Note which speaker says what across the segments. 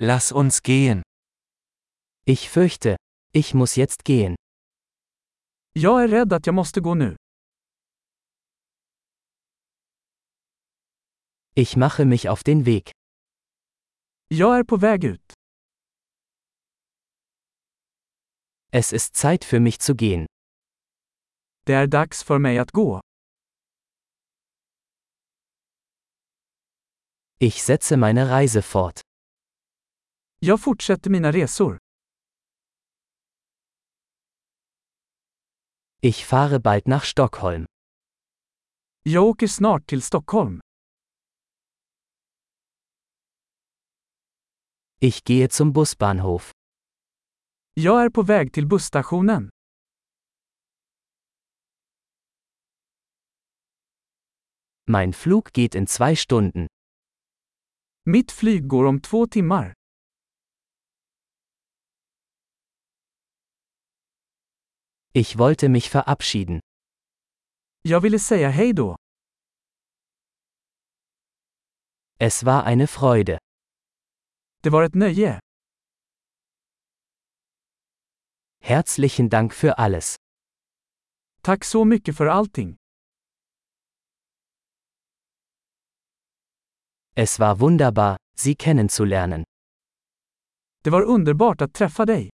Speaker 1: Lass uns gehen.
Speaker 2: Ich fürchte, ich muss jetzt gehen.
Speaker 3: Jag är rädd att jag måste gå nu.
Speaker 2: Ich mache mich auf den Weg.
Speaker 3: Jag är på väg ut.
Speaker 2: Es ist Zeit für mich zu gehen.
Speaker 3: Det är dags för mig att gå.
Speaker 2: Ich setze meine Reise fort.
Speaker 3: Jag fortsätter mina resor.
Speaker 2: Ich fahre bald nach Stockholm.
Speaker 3: Jag åker snart till Stockholm.
Speaker 2: Ich gehe zum Busbahnhof.
Speaker 3: Jag är på väg till busstationen.
Speaker 2: Mein Flug geht in zwei Stunden.
Speaker 3: Mitt flyg går om två timmar.
Speaker 2: Ich wollte mich verabschieden.
Speaker 3: Jag ville säga hej då.
Speaker 2: Es war eine Freude.
Speaker 3: Det var ett nöje.
Speaker 2: Herzlichen Dank für alles.
Speaker 3: Tack så mycket för allting.
Speaker 2: Es war wunderbar, Sie kennenzulernen.
Speaker 3: Det var underbart att träffa dig.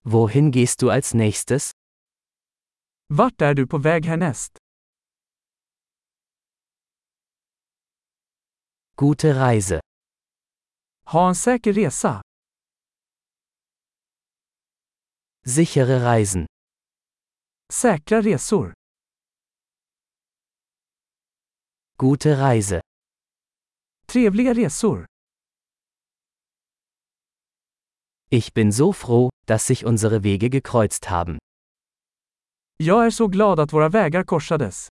Speaker 2: Wohin gehst du als nächstes?
Speaker 3: Vart är du på väg härnäst?
Speaker 2: Gute Reise.
Speaker 3: Ha en säker resa.
Speaker 2: Sichere Reisen.
Speaker 3: Säkra resor.
Speaker 2: Gute Reise.
Speaker 3: Trevliga resor.
Speaker 2: Ich bin so froh, dass sich unsere Wege gekreuzt haben.
Speaker 3: Jag är så glad att våra vägar korsades.